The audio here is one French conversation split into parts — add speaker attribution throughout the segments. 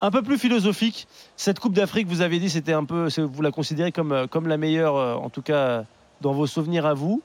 Speaker 1: un peu plus philosophique. Cette Coupe d'Afrique, vous avez dit, c'était un peu, c'est- vous la considérez comme, euh, comme la meilleure, euh, en tout cas euh, dans vos souvenirs à vous.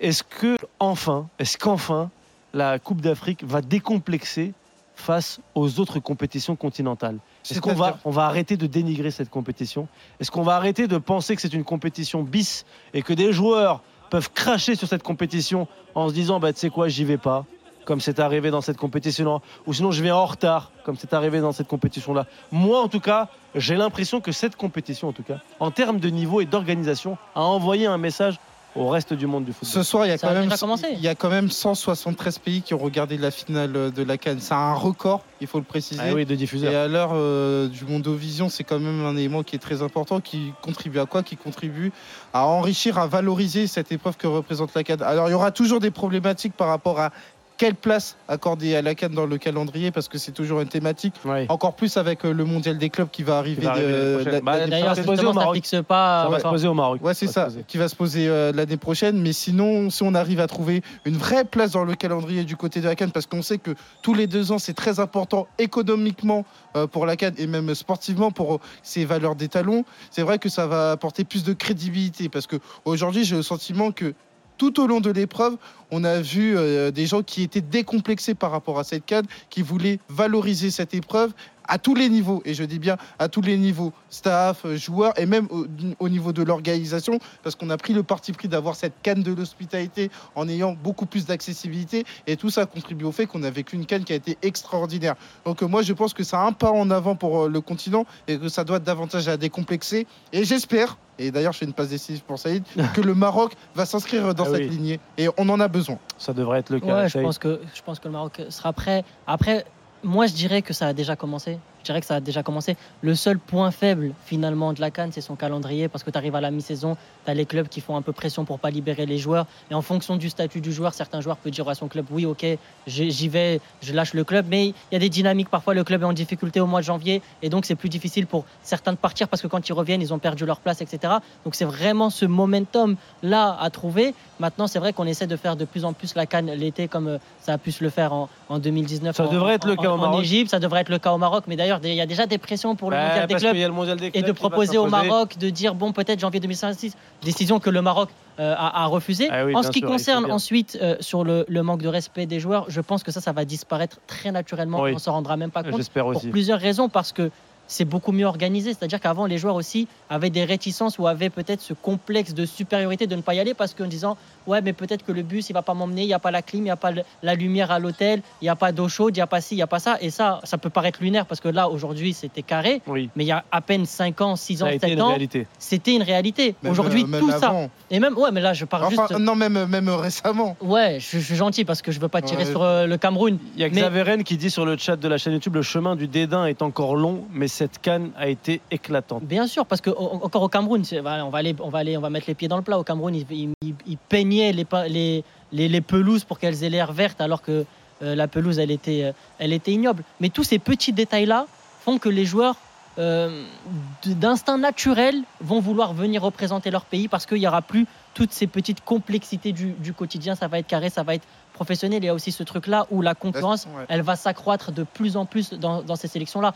Speaker 1: Est-ce que enfin, est-ce qu'enfin la Coupe d'Afrique va décomplexer face aux autres compétitions continentales Est-ce qu'on va,
Speaker 2: C'est-à-dire
Speaker 1: on va arrêter de dénigrer cette compétition Est-ce qu'on va arrêter de penser que c'est une compétition bis et que des joueurs peuvent cracher sur cette compétition en se disant bah tu sais quoi, j'y vais pas comme c'est arrivé dans cette compétition-là, ou sinon je viens en retard, comme c'est arrivé dans cette compétition-là. Moi, en tout cas, j'ai l'impression que cette compétition, en tout cas, en termes de niveau et d'organisation, a envoyé un message au reste du monde du
Speaker 2: Ce
Speaker 1: football.
Speaker 2: soir, il y, a
Speaker 3: Ça
Speaker 2: quand
Speaker 3: a
Speaker 2: même,
Speaker 3: déjà commencé.
Speaker 2: il y a quand même 173 pays qui ont regardé la finale de la Cannes. C'est un record, il faut le préciser.
Speaker 1: Ah oui, de diffuseur.
Speaker 2: Et à l'heure euh, du Mondovision, c'est quand même un élément qui est très important, qui contribue à quoi Qui contribue à enrichir, à valoriser cette épreuve que représente la Cannes. Alors il y aura toujours des problématiques par rapport à quelle place accorder à la Cannes dans le calendrier, parce que c'est toujours une thématique.
Speaker 1: Ouais.
Speaker 2: Encore plus avec euh, le mondial des clubs qui va arriver.
Speaker 1: Qui va arriver
Speaker 2: euh,
Speaker 1: l'année prochaine.
Speaker 2: la-
Speaker 1: Bah,
Speaker 2: l'année
Speaker 1: va
Speaker 3: D'ailleurs,
Speaker 1: se
Speaker 2: prochaine.
Speaker 1: poser au
Speaker 3: justement, ça
Speaker 1: Maroc.
Speaker 3: fixe
Speaker 1: Ça
Speaker 3: pas.
Speaker 1: va se
Speaker 3: encore.
Speaker 1: poser au Maroc.
Speaker 2: Ouais, c'est
Speaker 1: va
Speaker 2: ça,
Speaker 1: se poser.
Speaker 2: qui va se poser euh, l'année prochaine. Mais sinon, si on arrive à trouver une vraie place dans le calendrier du côté de la Cannes, parce qu'on sait que tous les deux ans, c'est très important économiquement euh, pour la Cannes et même sportivement pour euh, ses valeurs des talons, c'est vrai que ça va apporter plus de crédibilité. Parce qu'aujourd'hui, j'ai le sentiment que tout au long de l'épreuve, on a vu euh, des gens qui étaient décomplexés par rapport à cette canne, qui voulaient valoriser cette épreuve à tous les niveaux, et je dis bien à tous les niveaux, staff, euh, joueurs, et même au, au niveau de l'organisation, parce qu'on a pris le parti pris d'avoir cette canne de l'hospitalité en ayant beaucoup plus d'accessibilité, et tout ça contribue au fait qu'on a vécu une canne qui a été extraordinaire. Donc euh, moi, je pense que c'est un pas en avant pour euh, le continent, et que ça doit davantage à décomplexer, et j'espère, et d'ailleurs je fais une passe décisive pour Saïd, que le Maroc va s'inscrire dans
Speaker 1: Ah
Speaker 2: cette
Speaker 1: oui.
Speaker 2: lignée, et on en a besoin.
Speaker 1: Ça devrait être le cas.
Speaker 3: Ouais, je
Speaker 1: ça y est.
Speaker 3: pense, que, je pense que le Maroc sera prêt. Après, moi, je dirais que ça a déjà commencé. Je dirais que ça a déjà commencé. Le seul point faible, finalement, de la Cannes, c'est son calendrier. Parce que tu arrives à la mi-saison, tu as les clubs qui font un peu pression pour pas libérer les joueurs. Et en fonction du statut du joueur, certains joueurs peuvent dire à son club Oui, ok, j'ai- j'y vais, je lâche le club. Mais il y a des dynamiques. Parfois, le club est en difficulté au mois de janvier. Et donc, c'est plus difficile pour certains de partir parce que quand ils reviennent, ils ont perdu leur place, etc. Donc, c'est vraiment ce momentum-là à trouver. Maintenant, c'est vrai qu'on essaie de faire de plus en plus la canne l'été, comme euh, ça a pu se le faire en, en 2019.
Speaker 1: Ça
Speaker 3: en-
Speaker 1: devrait être le
Speaker 3: en-
Speaker 1: cas au
Speaker 3: en,
Speaker 1: Maroc.
Speaker 3: Égypte, ça devrait être le cas au Maroc. Mais d'ailleurs, il y a déjà des pressions pour le
Speaker 1: Bah,
Speaker 3: mondial des
Speaker 1: parce
Speaker 3: clubs
Speaker 1: qu'il y a le mondial des
Speaker 3: et
Speaker 1: clubs
Speaker 3: de
Speaker 1: qui va
Speaker 3: proposer au
Speaker 1: s'imposer.
Speaker 3: Maroc de dire bon peut-être janvier 2026 décision que le Maroc euh, a, a refusée.
Speaker 1: Ah oui,
Speaker 3: en
Speaker 1: bien
Speaker 3: ce qui
Speaker 1: sûr, il faut
Speaker 3: concerne
Speaker 1: bien.
Speaker 3: ensuite euh, sur le, le manque de respect des joueurs, je pense que ça ça va disparaître très naturellement,
Speaker 1: Oui.
Speaker 3: on s'en rendra même pas compte
Speaker 1: Ah, J'espère
Speaker 3: pour
Speaker 1: aussi.
Speaker 3: plusieurs raisons parce que c'est beaucoup mieux organisé, c'est-à-dire qu'avant les joueurs aussi avaient des réticences ou avaient peut-être ce complexe de supériorité de ne pas y aller parce qu'en disant ouais mais peut-être que le bus il va pas m'emmener, il n'y a pas la clim, il n'y a pas le- la lumière à l'hôtel, il n'y a pas d'eau chaude, il n'y a pas ci, il n'y a pas ça et ça ça peut paraître lunaire parce que là aujourd'hui c'était carré
Speaker 1: Oui,
Speaker 3: mais il y a à peine 5 ans, 6
Speaker 1: ça a
Speaker 3: ans,
Speaker 1: été
Speaker 3: 7
Speaker 1: une
Speaker 3: ans,
Speaker 1: réalité.
Speaker 3: c'était une réalité.
Speaker 2: Même,
Speaker 3: Aujourd'hui,
Speaker 2: euh, même
Speaker 3: tout ça.
Speaker 2: avant.
Speaker 3: Et même, ouais, mais là, je parle
Speaker 2: Enfin,
Speaker 3: juste.
Speaker 2: non, même, même récemment.
Speaker 3: Ouais, je, je suis gentil parce que je veux pas tirer
Speaker 2: Ouais.
Speaker 3: sur euh, le Cameroun.
Speaker 1: Il y a
Speaker 3: Mais-
Speaker 1: Xavier Rennes qui dit sur le chat de la chaîne YouTube le chemin du dédain est encore long, mais cette canne a été éclatante.
Speaker 3: Bien sûr, parce que o- encore au Cameroun, c'est- voilà, on va aller, on va aller, on va mettre les pieds dans le plat. Au Cameroun, ils, ils- ils- ils peignaient les, pa- les, les, les pelouses pour qu'elles aient l'air vertes, alors que euh, la pelouse, elle était, euh, elle était ignoble. Mais tous ces petits détails-là font que les joueurs, euh, d- d'instinct naturel, vont vouloir venir représenter leur pays parce qu'il n'y aura plus toutes ces petites complexités du, du quotidien. Ça va être carré, ça va être professionnel. Il y a aussi ce truc-là où la concurrence
Speaker 2: Ouais.
Speaker 3: elle va s'accroître de plus en plus dans, dans ces sélections-là.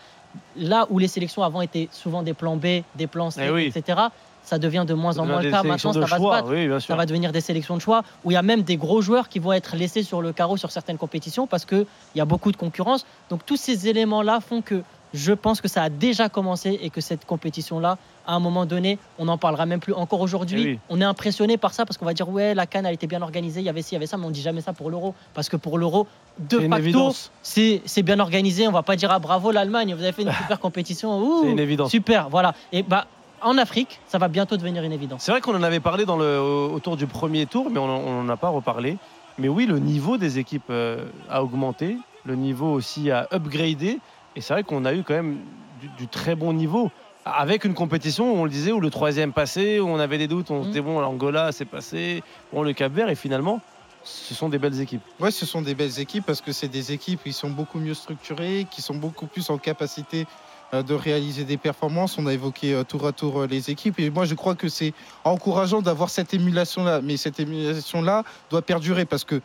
Speaker 3: Là où les sélections avant étaient souvent des plans B, des plans C,
Speaker 1: Eh oui.
Speaker 3: etc., ça devient de moins en moins le cas. Maintenant, ça
Speaker 1: de
Speaker 3: va, se
Speaker 1: choix,
Speaker 3: battre.
Speaker 1: oui, bien sûr.
Speaker 3: ça va devenir des sélections de choix où il y a même des gros joueurs qui vont être laissés sur le carreau sur certaines compétitions parce qu'il y a beaucoup de concurrence. Donc, tous ces éléments-là font que je pense que ça a déjà commencé et que cette compétition-là, à un moment donné, on n'en parlera même plus. Encore aujourd'hui,
Speaker 1: Eh oui.
Speaker 3: on est impressionné par ça parce qu'on va dire ouais, la Cannes, elle était bien organisée, il y avait ci, il y avait ça, mais on ne dit jamais ça pour l'euro parce que pour l'euro, de
Speaker 1: C'est une
Speaker 3: facto,
Speaker 1: évidence.
Speaker 3: c'est c'est bien organisé. On va pas dire ah bravo l'Allemagne, vous avez fait une super compétition. Ouh,
Speaker 1: C'est une évidence.
Speaker 3: Super, voilà. Et bah en Afrique, ça va bientôt devenir une évidence.
Speaker 1: C'est vrai qu'on en avait parlé dans le, au- autour du premier tour, mais on en- on n'en a pas reparlé. Mais oui, le niveau des équipes euh, a augmenté, le niveau aussi a upgradé. Et c'est vrai qu'on a eu quand même du, du très bon niveau. Avec une compétition, on le disait, où le troisième passé, où on avait des doutes, on se
Speaker 3: Mm.
Speaker 1: disait, bon, l'Angola, c'est passé, bon, le Cap Vert, et finalement, ce sont des belles équipes.
Speaker 2: Ouais, ce sont des belles équipes parce que c'est des équipes qui sont beaucoup mieux structurées, qui sont beaucoup plus en capacité euh, de réaliser des performances. On a évoqué euh, tour à tour euh, les équipes et moi je crois que c'est encourageant d'avoir cette émulation là, mais cette émulation là doit perdurer parce que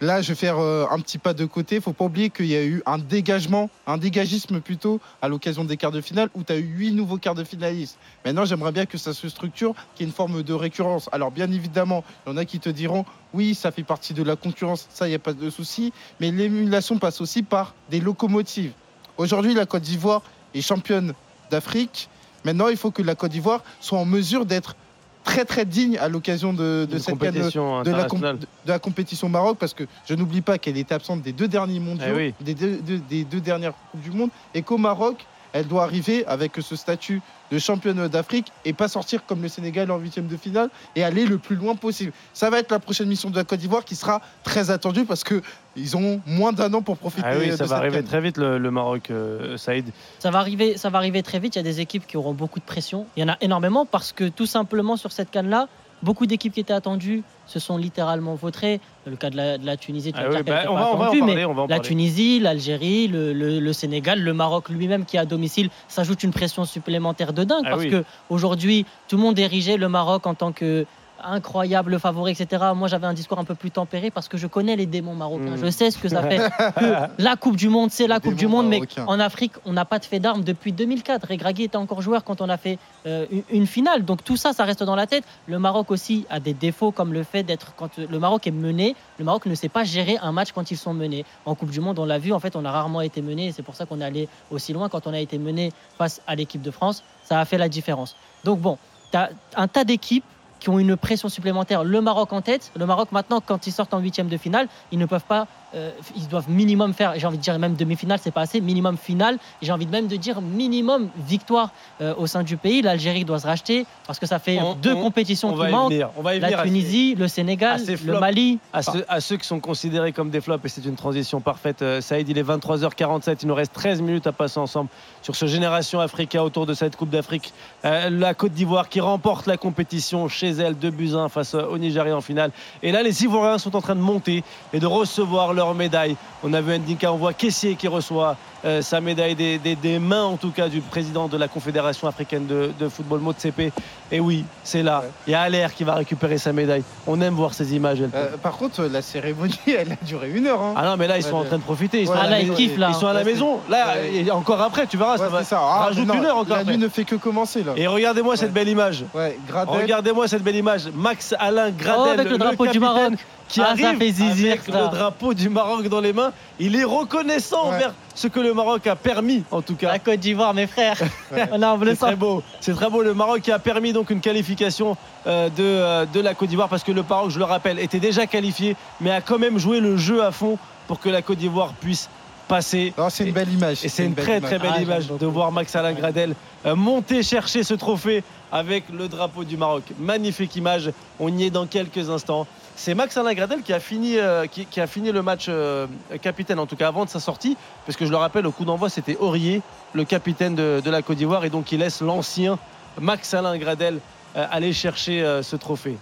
Speaker 2: Là, je vais faire euh, un petit pas de côté. Faut pas oublier qu'il y a eu un dégagement, un dégagisme plutôt, à l'occasion des quarts de finale, où tu as eu huit nouveaux quarts de finalistes. Maintenant, j'aimerais bien que ça se structure, qu'il y ait une forme de récurrence. Alors, bien évidemment, il y en a qui te diront, oui, ça fait partie de la concurrence, ça, il n'y a pas de souci. Mais l'émulation passe aussi par des locomotives. Aujourd'hui, la Côte d'Ivoire est championne d'Afrique. Maintenant, il faut que la Côte d'Ivoire soit en mesure d'être très très digne à l'occasion de, de
Speaker 1: Une
Speaker 2: cette canne-
Speaker 1: compétition
Speaker 2: de la,
Speaker 1: internationale.
Speaker 2: comp- de la compétition au Maroc parce que je n'oublie pas qu'elle était absente des deux derniers mondiaux,
Speaker 1: Eh oui.
Speaker 2: des, deux, deux- des deux dernières Coupes du Monde, et qu'au Maroc, elle doit arriver avec ce statut de championne d'Afrique et pas sortir comme le Sénégal en huitième de finale et aller le plus loin possible. Ça va être la prochaine mission de la Côte d'Ivoire qui sera très attendue parce que ils ont moins d'un an pour profiter
Speaker 1: Ah oui,
Speaker 2: de
Speaker 1: ça
Speaker 2: cette
Speaker 1: va arriver
Speaker 2: canne.
Speaker 1: très vite le, le Maroc, euh, Saïd.
Speaker 3: Ça va, arriver, ça va arriver très vite. Il y a des équipes qui auront beaucoup de pression. Il y en a énormément parce que tout simplement sur cette canne-là, beaucoup d'équipes qui étaient attendues se sont littéralement vautrées. Le cas de la, de la Tunisie, tu
Speaker 1: Ah
Speaker 3: vas
Speaker 1: oui,
Speaker 3: dire qu'elle
Speaker 1: bah,
Speaker 3: était
Speaker 1: on,
Speaker 3: pas
Speaker 1: va, on va en
Speaker 3: attendue, mais
Speaker 1: parler, on va en
Speaker 3: La
Speaker 1: parler.
Speaker 3: Tunisie, l'Algérie, le, le- le Sénégal, le Maroc lui-même qui est à domicile s'ajoute une pression supplémentaire de dingue
Speaker 1: Ah
Speaker 3: parce
Speaker 1: oui.
Speaker 3: que aujourd'hui tout le monde érigeait le Maroc en tant que incroyable favori, etc. Moi j'avais un discours un peu plus tempéré parce que je connais les démons marocains,
Speaker 1: Mm.
Speaker 3: je sais ce que ça fait. que la Coupe du Monde, c'est la
Speaker 2: Les
Speaker 3: Coupe du
Speaker 2: démons
Speaker 3: Monde, mais
Speaker 2: marocains.
Speaker 3: en Afrique on n'a pas de fait d'armes depuis 2004. Regragui était encore joueur quand on a fait euh, une- une finale, donc tout ça, ça reste dans la tête. Le Maroc aussi a des défauts comme le fait d'être quand le Maroc est mené, le Maroc ne sait pas gérer un match quand ils sont menés. En Coupe du Monde, on l'a vu, en fait, on a rarement été mené et c'est pour ça qu'on est allé aussi loin quand on a été mené face à l'équipe de France. Ça a fait la différence. Donc bon, tu as un tas d'équipes qui ont une pression supplémentaire. Le Maroc en tête. Le Maroc maintenant, quand ils sortent en huitième de finale, ils ne peuvent pas, euh, ils doivent minimum faire, j'ai envie de dire même demi-finale, c'est pas assez, minimum finale. Et j'ai envie de même de dire minimum victoire euh, au sein du pays. L'Algérie doit se racheter parce que ça fait
Speaker 1: On-
Speaker 3: deux
Speaker 1: on-
Speaker 3: compétitions
Speaker 1: On va
Speaker 3: qui
Speaker 1: y
Speaker 3: manquent.
Speaker 1: venir. On va y venir
Speaker 3: La
Speaker 1: à-
Speaker 3: Tunisie, le Sénégal,
Speaker 1: assez flop.
Speaker 3: le Mali.
Speaker 1: à, ceux, à ceux qui sont considérés comme des flops, et c'est une transition parfaite. Euh, Saïd, il est 23h47, il nous reste 13 minutes à passer ensemble sur ce Génération Africa autour de cette Coupe d'Afrique. Euh, la Côte d'Ivoire qui remporte la compétition chez elle, 2 buts 1 face euh, au Nigeria en finale. Et là, les Ivoiriens sont en train de monter et de recevoir leur médaille. On a vu Ndinka, on voit Kessier qui reçoit euh, sa médaille des, des- des mains, en tout cas, du président de la Confédération africaine de, de football, Motsepe. Et oui, c'est là.
Speaker 2: Ouais.
Speaker 1: Il y a Allaire qui va récupérer sa médaille. On aime voir ces images, elle.
Speaker 2: Euh, par contre, la cérémonie, elle a duré une heure. hein.
Speaker 1: Ah non, mais là, ils sont
Speaker 2: Ouais,
Speaker 1: en train de profiter. Ils sont,
Speaker 2: Ouais,
Speaker 1: à, la
Speaker 3: Ah là, ils
Speaker 1: maison.
Speaker 2: mais-
Speaker 3: kiffent là.
Speaker 1: Ils sont à la
Speaker 2: Ouais, c'est-
Speaker 1: maison. Là,
Speaker 2: ouais.
Speaker 1: et encore après, tu verras, ça
Speaker 2: Ouais,
Speaker 1: va.
Speaker 2: c'est ça. Ah,
Speaker 1: rajoute
Speaker 2: non,
Speaker 1: une heure encore
Speaker 2: La
Speaker 1: après.
Speaker 2: nuit ne fait que commencer là.
Speaker 1: Et regardez-moi
Speaker 2: Ouais.
Speaker 1: cette belle image.
Speaker 2: Ouais, Gradel,
Speaker 1: Regardez-moi cette belle image. Max Alain Gradel,
Speaker 3: Oh, avec le drapeau du
Speaker 1: capitaine
Speaker 3: Maroc.
Speaker 1: qui
Speaker 3: Ah, ça
Speaker 1: arrive
Speaker 3: fait zizir,
Speaker 1: avec
Speaker 3: ça.
Speaker 1: le drapeau du Maroc dans les mains. Il est reconnaissant
Speaker 2: Ouais.
Speaker 1: envers ce que le Maroc a permis, en tout cas.
Speaker 3: La Côte d'Ivoire, mes frères.
Speaker 2: Ouais.
Speaker 3: On a un bleu
Speaker 1: C'est très beau. C'est très beau. Le Maroc qui a permis donc une qualification euh, de, euh, de la Côte d'Ivoire parce que le Maroc, je le rappelle, était déjà qualifié, mais a quand même joué le jeu à fond pour que la Côte d'Ivoire puisse passer.
Speaker 2: Non, c'est une belle image.
Speaker 1: Et c'est une
Speaker 2: belle
Speaker 1: très
Speaker 2: image.
Speaker 1: très belle
Speaker 3: Ah, j'aime
Speaker 1: image de
Speaker 3: beaucoup.
Speaker 1: voir Max Alain Gradel euh, monter chercher ce trophée avec le drapeau du Maroc. Magnifique image, on y est dans quelques instants. C'est Max Alain Gradel qui a fini, euh, qui, qui a fini le match euh, capitaine, en tout cas avant de sa sortie, parce que je le rappelle, au coup d'envoi, c'était Aurier, le capitaine de, de la Côte d'Ivoire, et donc il laisse l'ancien Max Alain Gradel euh, aller chercher euh, ce trophée.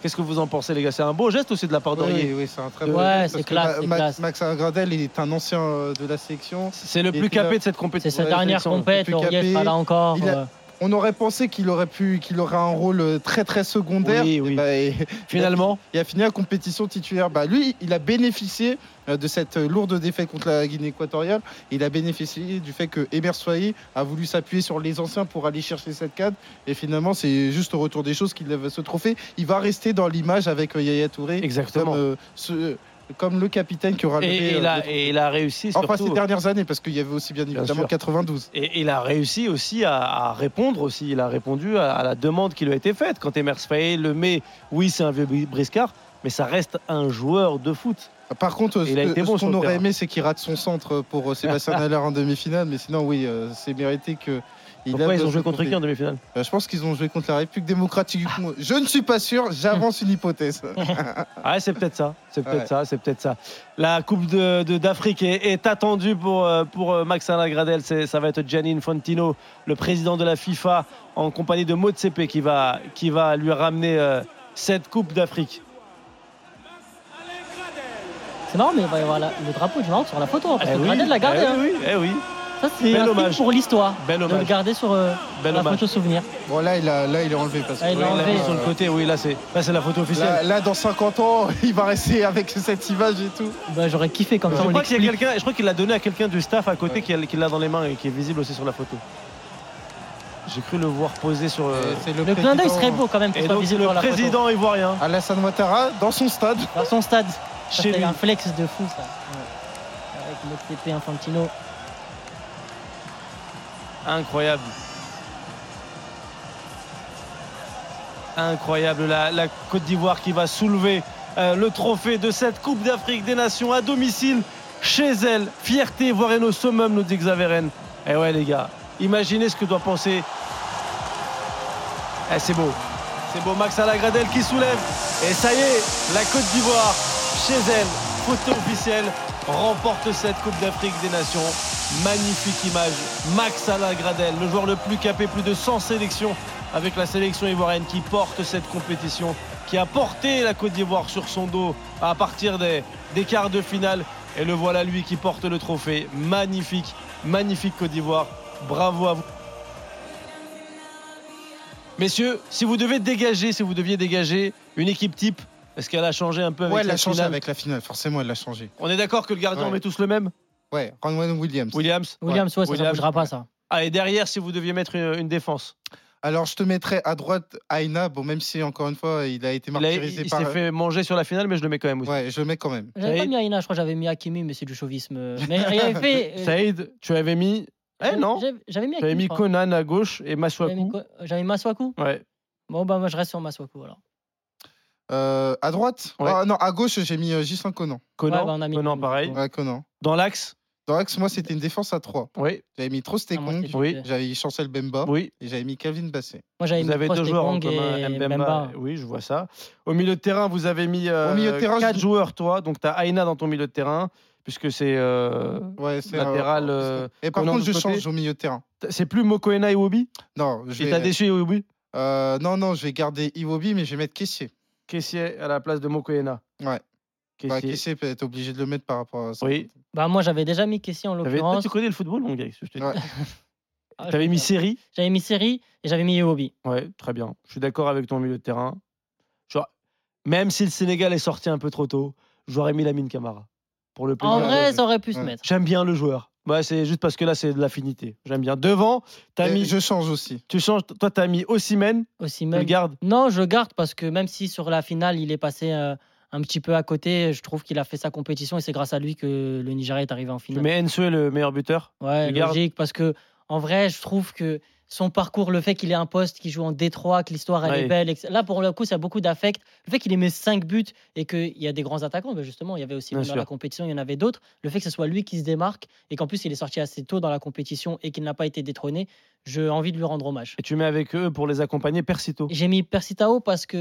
Speaker 1: Qu'est-ce que vous en pensez, les gars C'est un beau geste aussi de la part
Speaker 2: Oui,
Speaker 1: d'Aurier
Speaker 2: oui, oui, c'est un très
Speaker 3: Ouais,
Speaker 2: beau geste,
Speaker 3: c'est
Speaker 2: parce que
Speaker 3: classe,
Speaker 2: Ma-
Speaker 3: c'est
Speaker 2: Ma-
Speaker 3: classe.
Speaker 2: Max Gradel est un ancien euh, de la sélection.
Speaker 1: C'est le
Speaker 2: Et
Speaker 1: plus
Speaker 2: puis là-
Speaker 1: capé de cette
Speaker 3: C'est
Speaker 1: compétition.
Speaker 3: sa
Speaker 2: Ouais,
Speaker 3: dernière
Speaker 1: sélection.
Speaker 3: compète,
Speaker 2: Plus
Speaker 3: Aurier
Speaker 2: capé.
Speaker 3: pas là encore.
Speaker 2: Il a-
Speaker 3: euh,
Speaker 2: On aurait pensé qu'il aurait pu, qu'il aurait un rôle euh, très très secondaire.
Speaker 1: Oui,
Speaker 2: Et
Speaker 1: oui.
Speaker 2: bah, et-
Speaker 1: Finalement,
Speaker 2: et a fini la compétition titulaire. Bah, lui, il a bénéficié euh, de cette euh, lourde défaite contre la Guinée équatoriale. Il a bénéficié du fait que Hébert Soyer a voulu s'appuyer sur les anciens pour aller chercher cette cadre. Et finalement, c'est juste au retour des choses qu'il lève ce trophée. Il va rester dans l'image avec euh, Yaya Touré.
Speaker 1: exactement.
Speaker 2: Comme, euh, ce- comme le capitaine qui aura
Speaker 1: Et,
Speaker 2: levé, euh,
Speaker 1: il,
Speaker 2: le
Speaker 1: a,
Speaker 2: trophée.
Speaker 1: et il a réussi
Speaker 2: Enfin, ces
Speaker 1: surtout. euh,
Speaker 2: dernières années, parce qu'il y avait aussi bien évidemment
Speaker 1: sûr.
Speaker 2: 92.
Speaker 1: et il a réussi aussi à, à répondre aussi. Il a répondu à, à la demande qui lui a été faite. Quand Emers Faye le met, oui, c'est un vieux bri- briscard, mais ça reste un joueur de foot.
Speaker 2: Ah, Par contre,
Speaker 1: Il a
Speaker 2: ce,
Speaker 1: été
Speaker 2: ce
Speaker 1: bon sur
Speaker 2: qu'on
Speaker 1: le
Speaker 2: aurait
Speaker 1: terrain.
Speaker 2: aimé, c'est qu'il rate son centre pour euh, Sébastien Haller en demi-finale. Mais sinon, oui, euh, c'est mérité que. il
Speaker 1: Pourquoi
Speaker 2: lève
Speaker 1: ils ont
Speaker 2: ce
Speaker 1: joué contre
Speaker 2: trophée.
Speaker 1: qui en demi-finale
Speaker 2: Euh, Je pense qu'ils ont joué contre la République démocratique du Congo. Je ne suis pas sûr, j'avance une hypothèse.
Speaker 1: Ah, c'est peut-être ça. C'est peut-être
Speaker 2: Ouais.
Speaker 1: ça. C'est peut-être ça. La Coupe de- de- d'Afrique est, est attendue pour, euh, pour euh, Max Alain Gradel. C'est- Ça va être Gianni Infantino, le président de la FIFA, en compagnie de Motsepe, qui va, qui va lui ramener euh, cette Coupe d'Afrique.
Speaker 3: C'est marrant, mais il va y avoir la- le drapeau du Maroc sur la photo. hein, Parce
Speaker 1: Eh
Speaker 3: que Gradel l'a gardé.
Speaker 1: eh
Speaker 3: hein.
Speaker 1: oui, eh oui.
Speaker 3: Ça, c'est
Speaker 1: Bel
Speaker 3: un
Speaker 1: hommage.
Speaker 3: truc pour l'histoire.
Speaker 1: Bel
Speaker 3: De le
Speaker 1: hommage.
Speaker 3: garder sur euh,
Speaker 1: Bel
Speaker 3: la
Speaker 1: hommage.
Speaker 3: photo souvenir.
Speaker 2: Bon, là, il a, là, il est enlevé parce que.
Speaker 3: Ah, il l'a
Speaker 2: là,
Speaker 1: Il l'a mis
Speaker 3: enlevé.
Speaker 1: sur le côté, oui, là c'est là, c'est la photo
Speaker 2: Là,
Speaker 1: officielle.
Speaker 2: là, dans 50 ans, il va rester avec cette image et tout.
Speaker 3: Bah, J'aurais kiffé comme ça.
Speaker 1: Je
Speaker 3: on
Speaker 1: crois qu'il y a
Speaker 3: l'explique.
Speaker 1: quelqu'un, je crois qu'il l'a donné à quelqu'un du staff à côté qui a- qui l'a dans les mains et qui est visible aussi sur la photo. J'ai cru le voir poser sur. euh,
Speaker 3: Le clin d'œil serait
Speaker 2: président
Speaker 3: beau quand même pour
Speaker 1: Et
Speaker 3: soit
Speaker 1: donc
Speaker 3: visible dans
Speaker 1: le
Speaker 3: la photo.
Speaker 1: président ivoirien
Speaker 2: Alassane Ouattara dans son stade.
Speaker 3: Dans son stade. Ça
Speaker 1: chez
Speaker 3: serait
Speaker 1: lui.
Speaker 3: un flex de fou ça. Avec le TP Infantino.
Speaker 1: Incroyable. Incroyable la, la Côte d'Ivoire qui va soulever euh, le trophée de cette Coupe d'Afrique des Nations à domicile chez elle. Fierté ivoirienne au summum, nous dit Xaveren. Eh ouais les gars, imaginez ce que doit penser. Eh c'est beau. C'est beau Max Alagradel qui soulève. Et ça y est, la Côte d'Ivoire chez elle, photo officielle, remporte cette Coupe d'Afrique des Nations. Magnifique image. Max Alagradel, le joueur le plus capé, plus de 100 sélections avec la sélection ivoirienne qui porte cette compétition, qui a porté la Côte d'Ivoire sur son dos à partir des, des quarts de finale. Et le voilà lui qui porte le trophée. Magnifique, magnifique Côte d'Ivoire. Bravo à vous. Messieurs, si vous devez dégager, si vous deviez dégager une équipe type, est-ce qu'elle a changé un peu avec
Speaker 2: Ouais, elle
Speaker 1: la
Speaker 2: l'a changé
Speaker 1: finale
Speaker 2: avec la finale. Forcément, elle l'a changé.
Speaker 1: On est d'accord que le gardien,
Speaker 2: Ouais.
Speaker 1: on met tous le même
Speaker 2: Ouais, Ronwan Williams.
Speaker 1: Williams
Speaker 3: Williams, ouais, ça ne
Speaker 1: Williams,
Speaker 3: bougera pas ça.
Speaker 1: Ah, et derrière, si vous deviez mettre une, une défense.
Speaker 2: Alors, je te mettrais à droite Aina. Bon, même si, encore une fois, il a été
Speaker 1: Il, a- il-
Speaker 2: martyrisé
Speaker 1: il
Speaker 2: par. euh,
Speaker 1: s'est fait manger sur la finale, mais je le mets quand même aussi.
Speaker 2: Ouais, je le mets quand même.
Speaker 3: J'avais
Speaker 1: Ça
Speaker 3: pas
Speaker 1: y est.
Speaker 3: mis Aina, je crois que j'avais mis Hakimi, mais c'est du chauvisme. euh, Mais il avait fait. euh,
Speaker 1: Saïd, tu avais mis. Eh
Speaker 3: j'avais-
Speaker 1: non
Speaker 3: j'avais- J'avais mis
Speaker 1: Tu avais
Speaker 3: Hakimi,
Speaker 1: mis
Speaker 3: je crois.
Speaker 1: Conan à gauche et
Speaker 3: hein. J'avais mis
Speaker 1: Masuaku.
Speaker 3: quoi J'avais mis Masuaku
Speaker 1: Ouais.
Speaker 3: Bon, bah, moi, je reste sur Masuaku alors.
Speaker 2: Euh, à droite
Speaker 1: Ouais.
Speaker 2: Ah, Non, à gauche, j'ai mis euh, Gislain Conan.
Speaker 1: Conan,
Speaker 3: Ouais, bah, on a mis
Speaker 1: Conan
Speaker 3: Conan,
Speaker 1: pareil.
Speaker 3: du
Speaker 2: Ouais, Conan.
Speaker 1: Dans l'axe
Speaker 2: Dans l'axe, moi, c'était une défense à 3.
Speaker 1: Oui,
Speaker 2: J'avais mis
Speaker 3: Ah, moi,
Speaker 2: Trostekong,
Speaker 3: c'était- euh,
Speaker 1: oui.
Speaker 2: j'avais Chancel Bemba
Speaker 1: oui.
Speaker 2: et j'avais mis Calvin Basset.
Speaker 3: Moi, j'avais
Speaker 1: Vous
Speaker 3: mis
Speaker 1: avez deux joueurs en
Speaker 3: Prostekong
Speaker 1: commun,
Speaker 3: et
Speaker 1: Mbemba.
Speaker 3: Mbemba.
Speaker 1: Oui, je vois ça. Au milieu de terrain, vous avez mis euh,
Speaker 2: Au milieu de terrain,
Speaker 1: quatre
Speaker 2: je-
Speaker 1: joueurs, toi. Donc, tu as Aina dans ton milieu de terrain, puisque c'est. euh,
Speaker 2: Ouais, c'est
Speaker 1: Latéral, euh,
Speaker 2: Et par
Speaker 1: Conan
Speaker 2: contre,
Speaker 1: de
Speaker 2: je
Speaker 1: ce côté.
Speaker 2: change au milieu de terrain.
Speaker 1: C'est plus Mokoena Iwobi
Speaker 2: Non, je
Speaker 1: Il t'a
Speaker 2: vais...
Speaker 1: déçu, Iwobi
Speaker 2: euh, non, non, je vais garder Iwobi, mais je vais mettre Kessier.
Speaker 1: Kessier à la place de Mokoena.
Speaker 2: Ouais. Bah,
Speaker 1: Kessier.
Speaker 2: Kessié peut être obligé de le mettre par rapport à ça.
Speaker 1: Oui.
Speaker 3: Bah, moi, j'avais déjà mis Kessie en
Speaker 1: T'avais-
Speaker 3: l'occurrence.
Speaker 1: Tu connais le football, mon gars je te dis.
Speaker 2: Ouais.
Speaker 3: Ah,
Speaker 1: T'avais
Speaker 3: je-
Speaker 1: mis Série
Speaker 3: J'avais mis Seri et j'avais mis Iwobi.
Speaker 1: Ouais, très bien. Je suis d'accord avec ton milieu de terrain. J'aurais- Même si le Sénégal est sorti un peu trop tôt, j'aurais mis Lamine Camara. Pour le plaisir.
Speaker 3: En vrai,
Speaker 2: ouais.
Speaker 3: ça aurait pu se
Speaker 2: Ouais.
Speaker 3: mettre.
Speaker 1: J'aime bien le joueur. Ouais, c'est juste parce que là, c'est de l'affinité. J'aime bien. Devant, t'as
Speaker 2: Et
Speaker 1: mis,
Speaker 2: Euh, Je change aussi.
Speaker 1: tu changes. Toi, t'as mis Ossimène,
Speaker 3: Aussi
Speaker 1: tu le
Speaker 3: même.
Speaker 1: gardes.
Speaker 3: Non, je garde parce que même si sur la finale, il est passé euh, un petit peu à côté, je trouve qu'il a fait sa compétition et c'est grâce à lui que le Nigeria est arrivé en
Speaker 1: Tu
Speaker 3: finale.
Speaker 1: mets Ensue, le meilleur buteur.
Speaker 3: Ouais,
Speaker 1: tu gardes.
Speaker 3: logique, parce que en vrai, je trouve que son parcours, le fait qu'il ait un poste, qu'il joue en Détroit, que l'histoire elle
Speaker 1: Ouais.
Speaker 3: est belle, etc. là pour le coup, ça a beaucoup d'affect. Le fait qu'il ait mis 5 buts et qu'il y a des grands attaquants, ben justement, il y avait aussi
Speaker 1: Bien
Speaker 3: dans la
Speaker 1: sûr.
Speaker 3: compétition, il y en avait d'autres. Le fait que ce soit lui qui se démarque et qu'en plus il est sorti assez tôt dans la compétition et qu'il n'a pas été détrôné, j'ai envie de lui rendre hommage.
Speaker 1: Et tu mets avec eux pour les accompagner Persito.
Speaker 3: J'ai mis Persitao parce que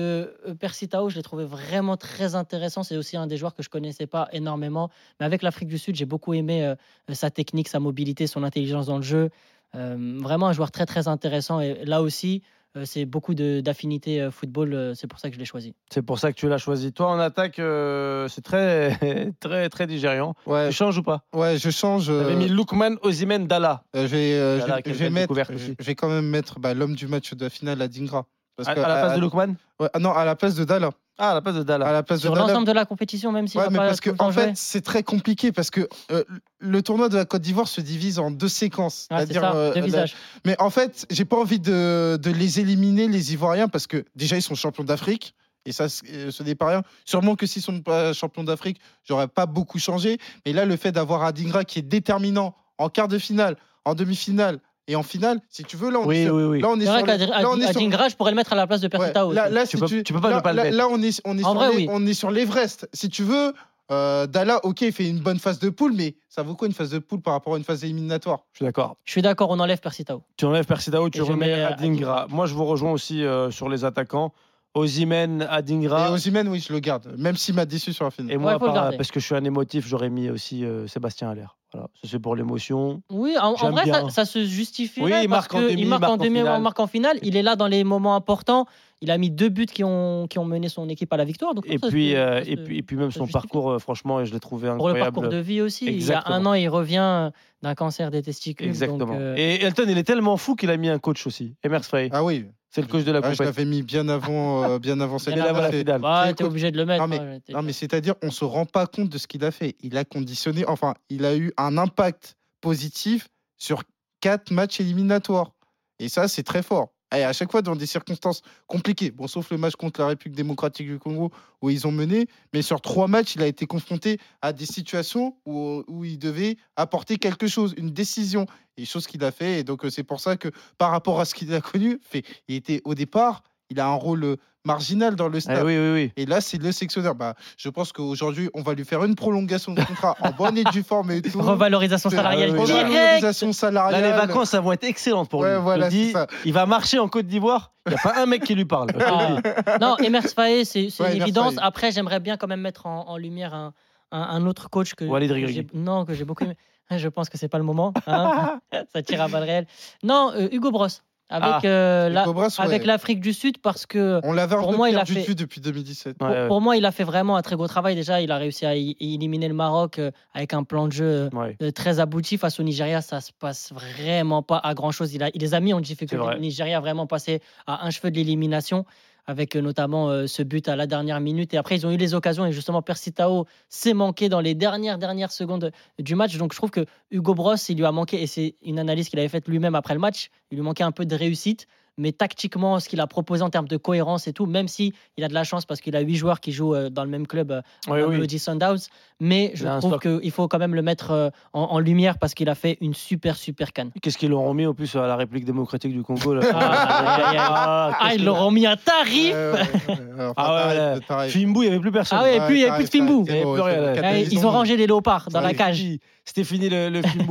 Speaker 3: euh, Persitao, je l'ai trouvé vraiment très intéressant. C'est aussi un des joueurs que je connaissais pas énormément. Mais avec l'Afrique du Sud, j'ai beaucoup aimé euh, sa technique, sa mobilité, son intelligence dans le jeu. Euh, vraiment un joueur très très intéressant. Et là aussi, euh, c'est beaucoup de- d'affinité euh, football. euh, c'est pour ça que je l'ai choisi.
Speaker 1: C'est pour ça que tu l'as choisi. Toi, en attaque, euh, c'est très, très, très digérant.
Speaker 2: Ouais,
Speaker 1: Tu changes ou pas
Speaker 2: ouais je change.
Speaker 1: T'avais
Speaker 2: euh,
Speaker 1: mis Lukman, Osimhen, Dala.
Speaker 2: euh, je vais, euh,
Speaker 1: Voilà,
Speaker 2: je vais-
Speaker 1: quelle
Speaker 2: je vais
Speaker 1: belle
Speaker 2: mettre,
Speaker 1: découverte
Speaker 2: je-
Speaker 1: aussi.
Speaker 2: je vais quand même mettre bah, l'homme du match de la finale à Dingra. Parce
Speaker 1: À, à
Speaker 2: que-
Speaker 1: la place de Lukman
Speaker 2: ouais, ah non, à la place de Dala.
Speaker 1: Ah, à la place de Dala.
Speaker 2: À la place de
Speaker 3: Sur
Speaker 2: Dala.
Speaker 3: l'ensemble de la compétition, même si
Speaker 2: Ouais,
Speaker 3: va
Speaker 2: mais
Speaker 3: pas
Speaker 2: parce
Speaker 3: tout
Speaker 2: que
Speaker 3: le temps
Speaker 2: en
Speaker 3: jouer.
Speaker 2: fait, c'est très compliqué parce que euh, le tournoi de la Côte d'Ivoire se divise en deux séquences.
Speaker 3: Ouais, c'est
Speaker 2: C'est-à-dire,
Speaker 3: ça,
Speaker 2: euh,
Speaker 3: deux
Speaker 2: la-
Speaker 3: visages.
Speaker 2: Mais en fait, j'ai pas envie de, de les éliminer, les Ivoiriens, parce que déjà, ils sont champions d'Afrique. Et ça, c'est- euh, ce n'est pas rien. Sûrement que s'ils sont pas champions d'Afrique, j'aurais pas beaucoup changé. Mais là, le fait d'avoir Adingra qui est déterminant en quart de finale, en demi-finale et en finale, si tu veux, là, on est
Speaker 1: Oui,
Speaker 2: sur-
Speaker 1: oui, oui.
Speaker 2: là, on est
Speaker 3: C'est vrai
Speaker 2: sur
Speaker 3: qu'à
Speaker 2: les- là, on est
Speaker 3: à
Speaker 2: sur-
Speaker 3: Dingra, je pourrais le mettre à la place de
Speaker 2: Ouais,
Speaker 3: Persitao.
Speaker 2: là,
Speaker 3: aussi.
Speaker 2: là,
Speaker 1: Tu
Speaker 2: si
Speaker 1: peux-
Speaker 2: tu,
Speaker 1: tu peux pas
Speaker 2: là,
Speaker 1: ne pas le
Speaker 2: là-
Speaker 1: mettre.
Speaker 2: là, on est, on est
Speaker 3: En
Speaker 2: sur
Speaker 3: vrai,
Speaker 2: les-
Speaker 3: oui.
Speaker 2: on est sur l'Everest. Si tu veux, euh, Dala, ok, il fait une bonne phase de poule, mais ça vaut quoi une phase de poule par rapport à une phase éliminatoire
Speaker 1: Je suis d'accord.
Speaker 3: Je suis d'accord, on enlève Persitao.
Speaker 1: Tu enlèves Persidao, tu
Speaker 3: Et je
Speaker 1: remets
Speaker 3: mets, euh,
Speaker 1: Adingra. Moi, je vous rejoins aussi euh, sur les attaquants. Ozymen,
Speaker 2: Et
Speaker 1: Adingra.
Speaker 2: Ozymen, oui, je le garde, même s'il m'a déçu sur un film.
Speaker 1: Ah. Et moi,
Speaker 3: faut le
Speaker 1: par-
Speaker 3: garder.
Speaker 1: parce que je suis un émotif, j'aurais mis aussi euh, Sébastien Allaire. Voilà, Ça, c'est pour l'émotion.
Speaker 3: Oui, en, en
Speaker 1: J'aime
Speaker 3: vrai, ça,
Speaker 1: bien.
Speaker 3: ça se justifie.
Speaker 1: Oui,
Speaker 3: là,
Speaker 1: il
Speaker 3: parce
Speaker 1: marque en
Speaker 3: que
Speaker 1: demi,
Speaker 3: il marque en demi,
Speaker 1: finale.
Speaker 3: il marque en finale. Il est là dans les moments importants. Il a mis deux buts qui ont, qui ont mené son équipe à la victoire. Donc,
Speaker 1: Et
Speaker 3: non, ça
Speaker 1: puis,
Speaker 3: se- ça
Speaker 1: euh,
Speaker 3: se-
Speaker 1: et puis, et puis même
Speaker 3: ça
Speaker 1: son
Speaker 3: justifie.
Speaker 1: parcours, euh, franchement, et je l'ai trouvé
Speaker 3: pour le
Speaker 1: incroyable.
Speaker 3: parcours de vie aussi. Il y
Speaker 1: Exactement.
Speaker 3: a un an, il revient euh, d'un cancer des testicules.
Speaker 1: Exactement.
Speaker 3: Donc, euh,
Speaker 1: Et Elton, il est tellement fou qu'il a mis un coach aussi. Emers Frey,
Speaker 2: Ah oui,
Speaker 1: c'est le coach de la
Speaker 2: Ah, je
Speaker 1: compétition.
Speaker 2: l'avais mis bien avant, euh, bien avant
Speaker 1: Il
Speaker 2: cette
Speaker 1: est là
Speaker 2: finale.
Speaker 1: avant la
Speaker 2: C'est-
Speaker 1: finale.
Speaker 3: bah,
Speaker 2: c'est
Speaker 3: t'es
Speaker 2: comme-
Speaker 3: obligé de le mettre.
Speaker 2: Non, mais-
Speaker 3: hein, t'es-
Speaker 2: Non, mais c'est-à-dire, on se rend pas compte de ce qu'il a fait. Il a conditionné, enfin, il a eu un impact positif sur quatre matchs éliminatoires. Et ça, c'est très fort. Et à chaque fois, dans des circonstances compliquées. Bon, sauf le match contre la République démocratique du Congo, où ils ont mené. Mais sur trois matchs, il a été confronté à des situations où, où il devait apporter quelque chose, une décision. Et chose qu'il a fait. Et donc, euh, c'est pour ça que, par rapport à ce qu'il a connu, fait, il était au départ, il a un rôle euh, marginal dans le stade.
Speaker 1: Ah, oui, oui, oui.
Speaker 2: Et là, c'est le sectionnaire. Bah, je pense qu'aujourd'hui, on va lui faire une prolongation de contrat en bonne et due forme et tout.
Speaker 3: Revalorisation salariale
Speaker 1: Ah oui, là-
Speaker 3: directe.
Speaker 2: Revalorisation salariale.
Speaker 1: Là, les vacances, ça vont être excellentes pour
Speaker 2: Ouais,
Speaker 1: lui. Je
Speaker 2: voilà,
Speaker 1: te dis,
Speaker 2: c'est ça.
Speaker 1: il va marcher en Côte d'Ivoire. Il n'y a pas un mec qui lui parle. Je te le
Speaker 3: Ah.
Speaker 1: dis.
Speaker 3: Non, Emers Faé, c'est c'est
Speaker 2: Ouais,
Speaker 3: une
Speaker 2: Emers
Speaker 3: évidence.
Speaker 2: Faé.
Speaker 3: Après, j'aimerais bien quand même mettre en, en lumière un, un- un autre coach que.
Speaker 1: Walid
Speaker 3: que
Speaker 1: Regragui.
Speaker 3: j'ai- Non, que j'ai beaucoup aimé. Je pense que c'est pas le moment. hein. Ça tire à balles réelles. Non, euh, Hugo Bros.
Speaker 1: Ah.
Speaker 3: Avec euh,
Speaker 2: Les
Speaker 3: la-
Speaker 2: Cobras, ouais.
Speaker 3: avec l'Afrique du Sud, parce que
Speaker 2: On l'avait
Speaker 3: pour
Speaker 2: un peu
Speaker 3: moi, il a
Speaker 2: perdu de
Speaker 3: fait-
Speaker 2: vue depuis 2017.
Speaker 3: pour,
Speaker 1: Ouais, ouais.
Speaker 3: pour moi, il a fait vraiment un très beau travail. Déjà, il a réussi à y- y éliminer le Maroc euh, avec un plan de jeu euh,
Speaker 1: Ouais.
Speaker 3: euh, très abouti face au Nigeria. Ça se passe vraiment pas à grand chose. Il, a, il les a mis en difficulté.
Speaker 1: vrai.
Speaker 3: Le Nigeria a vraiment passé à un cheveu de l'élimination avec euh, notamment euh, ce but à la dernière minute. Et après, ils ont eu les occasions. Et justement, Persitao s'est manqué dans les dernières, dernières secondes du match. Donc, je trouve que Hugo Bros, il lui a manqué, et c'est une analyse qu'il avait faite lui-même après le match, il lui manquait un peu de réussite. Mais tactiquement, ce qu'il a proposé en termes de cohérence et tout, même si il a de la chance parce qu'il a huit joueurs qui jouent euh, dans le même club, euh,
Speaker 1: Oui,
Speaker 3: à
Speaker 1: oui.
Speaker 3: Melody Sundowns, mais je
Speaker 1: Il a un
Speaker 3: trouve
Speaker 1: stock.
Speaker 3: qu'il faut quand même le mettre euh, en, en lumière parce qu'il a fait une super, super canne.
Speaker 1: Qu'est-ce qu'ils l'auront mis en plus à la République démocratique du Congo là
Speaker 3: Ah,
Speaker 1: Ah,
Speaker 3: Ah,
Speaker 1: qu'est-ce
Speaker 3: ils l'auront mis un tarif
Speaker 2: Euh, ouais, ouais, ouais. Enfin,
Speaker 1: Ah ouais,
Speaker 2: pareil,
Speaker 1: là. que-
Speaker 2: pareil.
Speaker 1: Fimbu, il n'y avait plus personne.
Speaker 3: Ah ouais, et puis il n'y a
Speaker 2: Pareil,
Speaker 3: plus de
Speaker 2: pareil,
Speaker 3: Fimbu.
Speaker 1: Il
Speaker 2: c'est
Speaker 1: y avait
Speaker 2: bon,
Speaker 1: plus
Speaker 2: c'est
Speaker 1: rien,
Speaker 2: bon,
Speaker 1: là.
Speaker 2: quatre
Speaker 3: Ah,
Speaker 2: minutes,
Speaker 3: Ils ont rangé les léopards dans
Speaker 2: Ouais.
Speaker 3: la cage.
Speaker 1: Fini. C'était fini le, le Fimbu.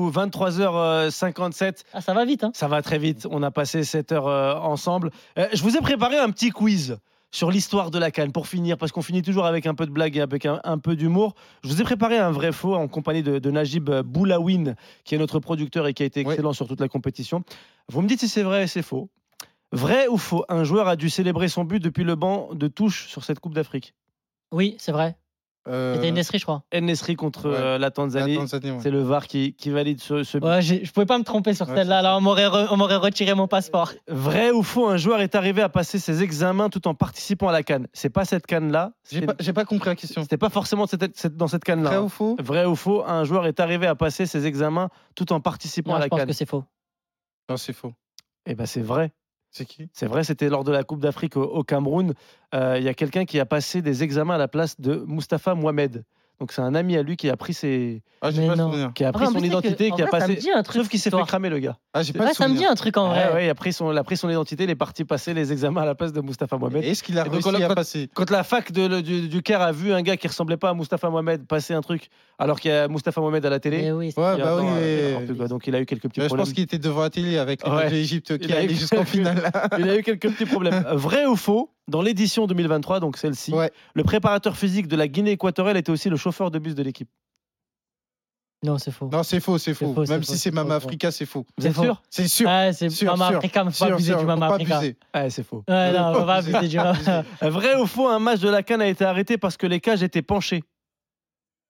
Speaker 1: 23h57.
Speaker 3: Ah, ça va vite, hein
Speaker 1: Ça va très vite. On a passé 7 heures euh, ensemble. Euh, je vous ai préparé un petit quiz sur l'histoire de la Cannes pour finir, parce qu'on finit toujours avec un peu de blague et avec un, un peu d'humour. Je vous ai préparé un vrai faux en compagnie de, de Najib Boulawin, qui est notre producteur et qui a été
Speaker 2: Oui.
Speaker 1: excellent sur toute la compétition. Vous me dites si c'est vrai et c'est faux. Vrai ou faux Un joueur a dû célébrer son but depuis le banc de touche sur cette Coupe d'Afrique.
Speaker 3: Oui, c'est vrai.
Speaker 2: Euh,
Speaker 3: C'était une esserie, je crois.
Speaker 1: El Nesri contre
Speaker 2: Ouais.
Speaker 1: euh, la
Speaker 2: la
Speaker 1: Tanzanie.
Speaker 2: Tanzanie, ouais.
Speaker 1: C'est le VAR qui, qui valide ce, ce but.
Speaker 3: Ouais, j'ai- je pouvais pas me tromper sur
Speaker 2: Ouais,
Speaker 3: celle-là.
Speaker 2: c'est
Speaker 3: Là,
Speaker 2: ça.
Speaker 3: on m'aurait re- on m'aurait retiré mon passeport.
Speaker 1: Vrai ou faux, un joueur est arrivé à passer ses examens tout en participant à la canne. C'est pas cette canne là.
Speaker 2: J'ai pas, j'ai pas compris la question.
Speaker 1: C'était pas forcément de cette- cette- dans cette canne
Speaker 2: Vrai
Speaker 1: là.
Speaker 2: ou faux
Speaker 1: Vrai ou faux, un joueur est arrivé à passer ses examens tout en participant
Speaker 3: Non,
Speaker 1: à
Speaker 3: je
Speaker 1: la
Speaker 3: pense
Speaker 1: canne.
Speaker 3: que c'est faux.
Speaker 2: Non, c'est faux.
Speaker 1: Eh ben c'est vrai.
Speaker 2: C'est qui
Speaker 1: C'est vrai, c'était lors de la Coupe d'Afrique au, au Cameroun. Euh, Il y a quelqu'un qui a passé des examens à la place de Mustapha Mohamed. Donc c'est un ami à lui qui a pris ses,
Speaker 2: Ah, j'ai
Speaker 3: Mais
Speaker 2: pas le
Speaker 3: non.
Speaker 2: souvenir.
Speaker 1: qui a pris
Speaker 3: Après, en
Speaker 1: son
Speaker 3: plus, c'est que-
Speaker 1: identité,
Speaker 3: en
Speaker 1: qui a
Speaker 3: vrai, Ça me
Speaker 1: passé.
Speaker 3: dit un truc.
Speaker 1: Sauf qu'il s'est fait
Speaker 3: histoire.
Speaker 1: cramer le gars.
Speaker 2: Ah, j'ai pas
Speaker 3: Ouais,
Speaker 2: le
Speaker 3: ça me dit
Speaker 2: souvenir.
Speaker 3: un truc en
Speaker 1: Ouais,
Speaker 3: vrai.
Speaker 1: ouais, il a pris son, il a pris son identité, il est parti passer les examens à la place de Mustapha Mohamed.
Speaker 2: Est-ce qu'il a
Speaker 1: Et donc,
Speaker 2: réussi
Speaker 1: on a-
Speaker 2: à passer
Speaker 1: Quand la fac de- le- du, du Caire a vu un gars qui ressemblait pas à Mustapha Mohamed passer un truc alors qu'il y a Mustapha Mohamed à la télé,
Speaker 3: Mais oui, c'est-
Speaker 2: Ouais,
Speaker 1: il y a
Speaker 2: bah
Speaker 1: encore,
Speaker 2: oui.
Speaker 1: euh,
Speaker 2: et-
Speaker 1: n'importe quoi. donc il a eu quelques petits
Speaker 2: Ouais, Euh, Je
Speaker 1: problèmes.
Speaker 2: pense qu'il était devant la télé avec les
Speaker 1: Ouais.
Speaker 2: matchs de l'Égypte qui
Speaker 1: Il a eu-
Speaker 2: allait jusqu'en finale.
Speaker 1: Il a eu quelques petits problèmes. Vrai ou faux Dans l'édition 2023, donc celle-ci,
Speaker 2: Ouais.
Speaker 1: le préparateur physique de la Guinée équatoriale était aussi le chauffeur de bus de l'équipe.
Speaker 3: Non, c'est faux.
Speaker 2: Non, c'est faux, c'est faux.
Speaker 3: faux, c'est
Speaker 2: Même
Speaker 3: faux,
Speaker 2: si c'est
Speaker 3: c'est
Speaker 2: Mama
Speaker 3: faux.
Speaker 2: Africa, c'est faux.
Speaker 1: Vous
Speaker 3: C'est
Speaker 1: êtes
Speaker 3: faux.
Speaker 1: sûr
Speaker 2: C'est sûr.
Speaker 3: Ouais, c'est
Speaker 2: Sûr,
Speaker 3: Mama
Speaker 2: sûr,
Speaker 3: Africa, faut pas
Speaker 2: Sûr,
Speaker 3: abuser
Speaker 2: sûr,
Speaker 3: du
Speaker 2: faut
Speaker 3: Mama
Speaker 2: pas
Speaker 3: Africa.
Speaker 2: abuser.
Speaker 1: Ouais, c'est faux.
Speaker 3: Ouais,
Speaker 2: Faut
Speaker 3: non, faut
Speaker 2: pas
Speaker 3: pas
Speaker 2: abuser.
Speaker 3: abuser du Mama.
Speaker 1: Vrai ou faux Un match de la Cannes a été arrêté parce que les cages étaient penchées.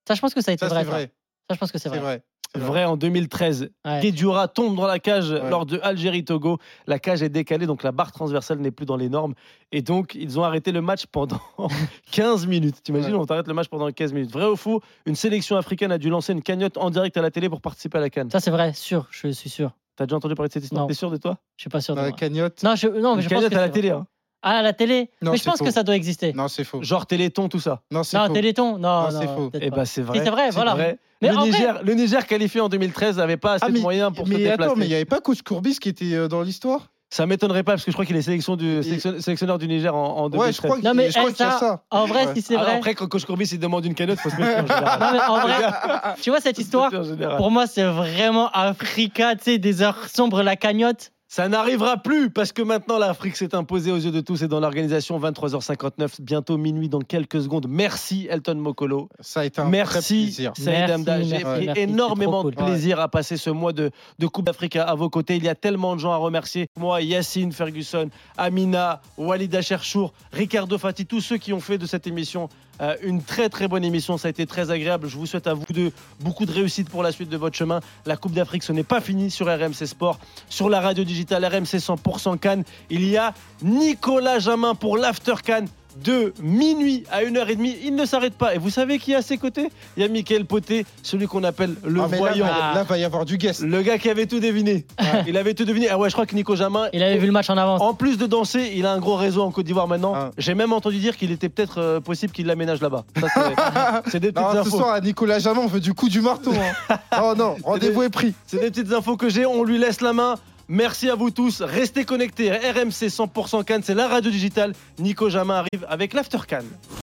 Speaker 3: Ça, je pense que ça a été
Speaker 2: Ça,
Speaker 3: vrai.
Speaker 2: c'est
Speaker 3: ça.
Speaker 2: vrai.
Speaker 3: Ça, je pense que c'est
Speaker 2: C'est
Speaker 3: vrai.
Speaker 2: vrai. C'est vrai.
Speaker 1: Vrai en 2013.
Speaker 3: Ouais.
Speaker 1: Guedjura tombe dans la cage
Speaker 2: Ouais.
Speaker 1: lors de Algérie-Togo. La cage est décalée, donc la barre transversale n'est plus dans les normes. Et donc, ils ont arrêté le match pendant 15 minutes. T'imagines,
Speaker 2: Ouais.
Speaker 1: on t'arrête le match pendant 15 minutes. Vrai ou faux, une sélection africaine a dû lancer une cagnotte en direct à la télé pour participer à la Cannes.
Speaker 3: Ça, c'est vrai, sûr, je suis sûr.
Speaker 1: T'as déjà entendu parler de cette histoire
Speaker 3: Non.
Speaker 1: T'es sûr de toi
Speaker 3: Je suis pas sûr de
Speaker 2: Dans la
Speaker 3: moi.
Speaker 2: cagnotte.
Speaker 3: Non, je, non, mais
Speaker 1: Une
Speaker 3: je pense
Speaker 1: cagnotte
Speaker 3: que
Speaker 1: à
Speaker 3: c'est
Speaker 1: la
Speaker 3: vrai.
Speaker 1: télé. hein.
Speaker 3: Ah, à la télé
Speaker 2: Non,
Speaker 3: Mais je
Speaker 2: c'est
Speaker 3: pense
Speaker 2: faux.
Speaker 3: que ça doit exister. Non,
Speaker 2: Non, c'est faux.
Speaker 1: Genre Téléthon, tout ça.
Speaker 2: Non, c'est faux.
Speaker 3: Téléthon, non,
Speaker 2: Non, c'est faux.
Speaker 3: peut-être
Speaker 1: Et
Speaker 3: pas.
Speaker 1: bah, c'est vrai.
Speaker 3: Si, c'est vrai,
Speaker 1: C'est
Speaker 3: voilà.
Speaker 1: vrai.
Speaker 3: Mais
Speaker 1: le,
Speaker 3: en fait-
Speaker 1: Niger, le Niger qualifié en 2013 n'avait pas assez
Speaker 2: Ah,
Speaker 1: de moyens pour se
Speaker 2: mais
Speaker 1: déplacer.
Speaker 2: attends, mais il n'y avait pas Coach Courbis qui était euh, dans l'histoire
Speaker 1: Ça m'étonnerait pas parce que je crois qu'il est sélection du,
Speaker 2: Et-
Speaker 1: sélection- sélectionneur du Niger en, en
Speaker 2: Ouais,
Speaker 1: 2013.
Speaker 2: je crois,
Speaker 3: Non, mais
Speaker 2: qu'il- je crois
Speaker 3: eh,
Speaker 2: qu'il y a
Speaker 3: ça-
Speaker 2: ça.
Speaker 3: En vrai,
Speaker 2: Ouais.
Speaker 3: si c'est
Speaker 1: Alors
Speaker 3: vrai.
Speaker 1: Ah, Après, quand Coach Courbis il demande une cagnotte, faut se méfier en général.
Speaker 3: Non, mais en
Speaker 1: Le
Speaker 3: vrai,
Speaker 1: gars-
Speaker 3: tu vois cette histoire
Speaker 1: Pour-
Speaker 3: Pour moi, c'est vraiment Africa, tu sais, des heures sombres, la cagnotte.
Speaker 1: Ça n'arrivera plus parce que maintenant l'Afrique s'est imposée aux yeux de tous et dans l'organisation 23h59, bientôt minuit dans quelques secondes. Merci Elton Mokolo.
Speaker 2: Ça a été un vrai
Speaker 1: Merci
Speaker 2: plaisir.
Speaker 1: Saïd
Speaker 3: Merci,
Speaker 1: Hamda. J'ai
Speaker 3: merci,
Speaker 1: pris
Speaker 3: merci,
Speaker 1: énormément
Speaker 3: c'était
Speaker 1: de
Speaker 3: trop
Speaker 2: cool.
Speaker 1: plaisir à passer ce mois de, de Coupe d'Afrique à, à vos côtés. Il y a tellement de gens à remercier. Moi, Yacine Ferguson, Amina, Walida Cherchour, Ricardo Fati, tous ceux qui ont fait de cette émission euh, une très très bonne émission. Ça a été très agréable. Je vous souhaite à vous deux beaucoup de réussite pour la suite de votre chemin. La Coupe d'Afrique, ce n'est pas fini sur RMC Sport, sur la radio digitale RMC 100% Cannes. Il y a Nicolas Jamin pour l'After Cannes de minuit à 1h30. Il ne s'arrête pas. Et vous savez qui est à ses côtés Il y a Mickaël Poté, celui qu'on appelle le
Speaker 2: Ah, mais là,
Speaker 1: voyant.
Speaker 2: là, là, va y avoir du guest.
Speaker 1: Le gars qui avait tout deviné. Il avait tout deviné. Ah ouais, je crois que Nico Jamin.
Speaker 3: Il avait vu le match en avance.
Speaker 1: En plus de danser, il a un gros réseau en Côte d'Ivoire maintenant.
Speaker 2: Ah.
Speaker 1: J'ai même entendu dire qu'il était peut-être euh, possible qu'il l'aménage là-bas. Ça, c'est- C'est des petites
Speaker 2: Non, ce
Speaker 1: infos.
Speaker 2: soir, à Nicolas Jamin, on veut du coup du marteau. hein. oh non, rendez-vous est pris.
Speaker 1: C'est des petites infos que j'ai. On lui laisse la main. Merci à vous tous. Restez connectés. RMC 100% Cannes, c'est la radio digitale. Nico Jamin arrive avec l'After Cannes.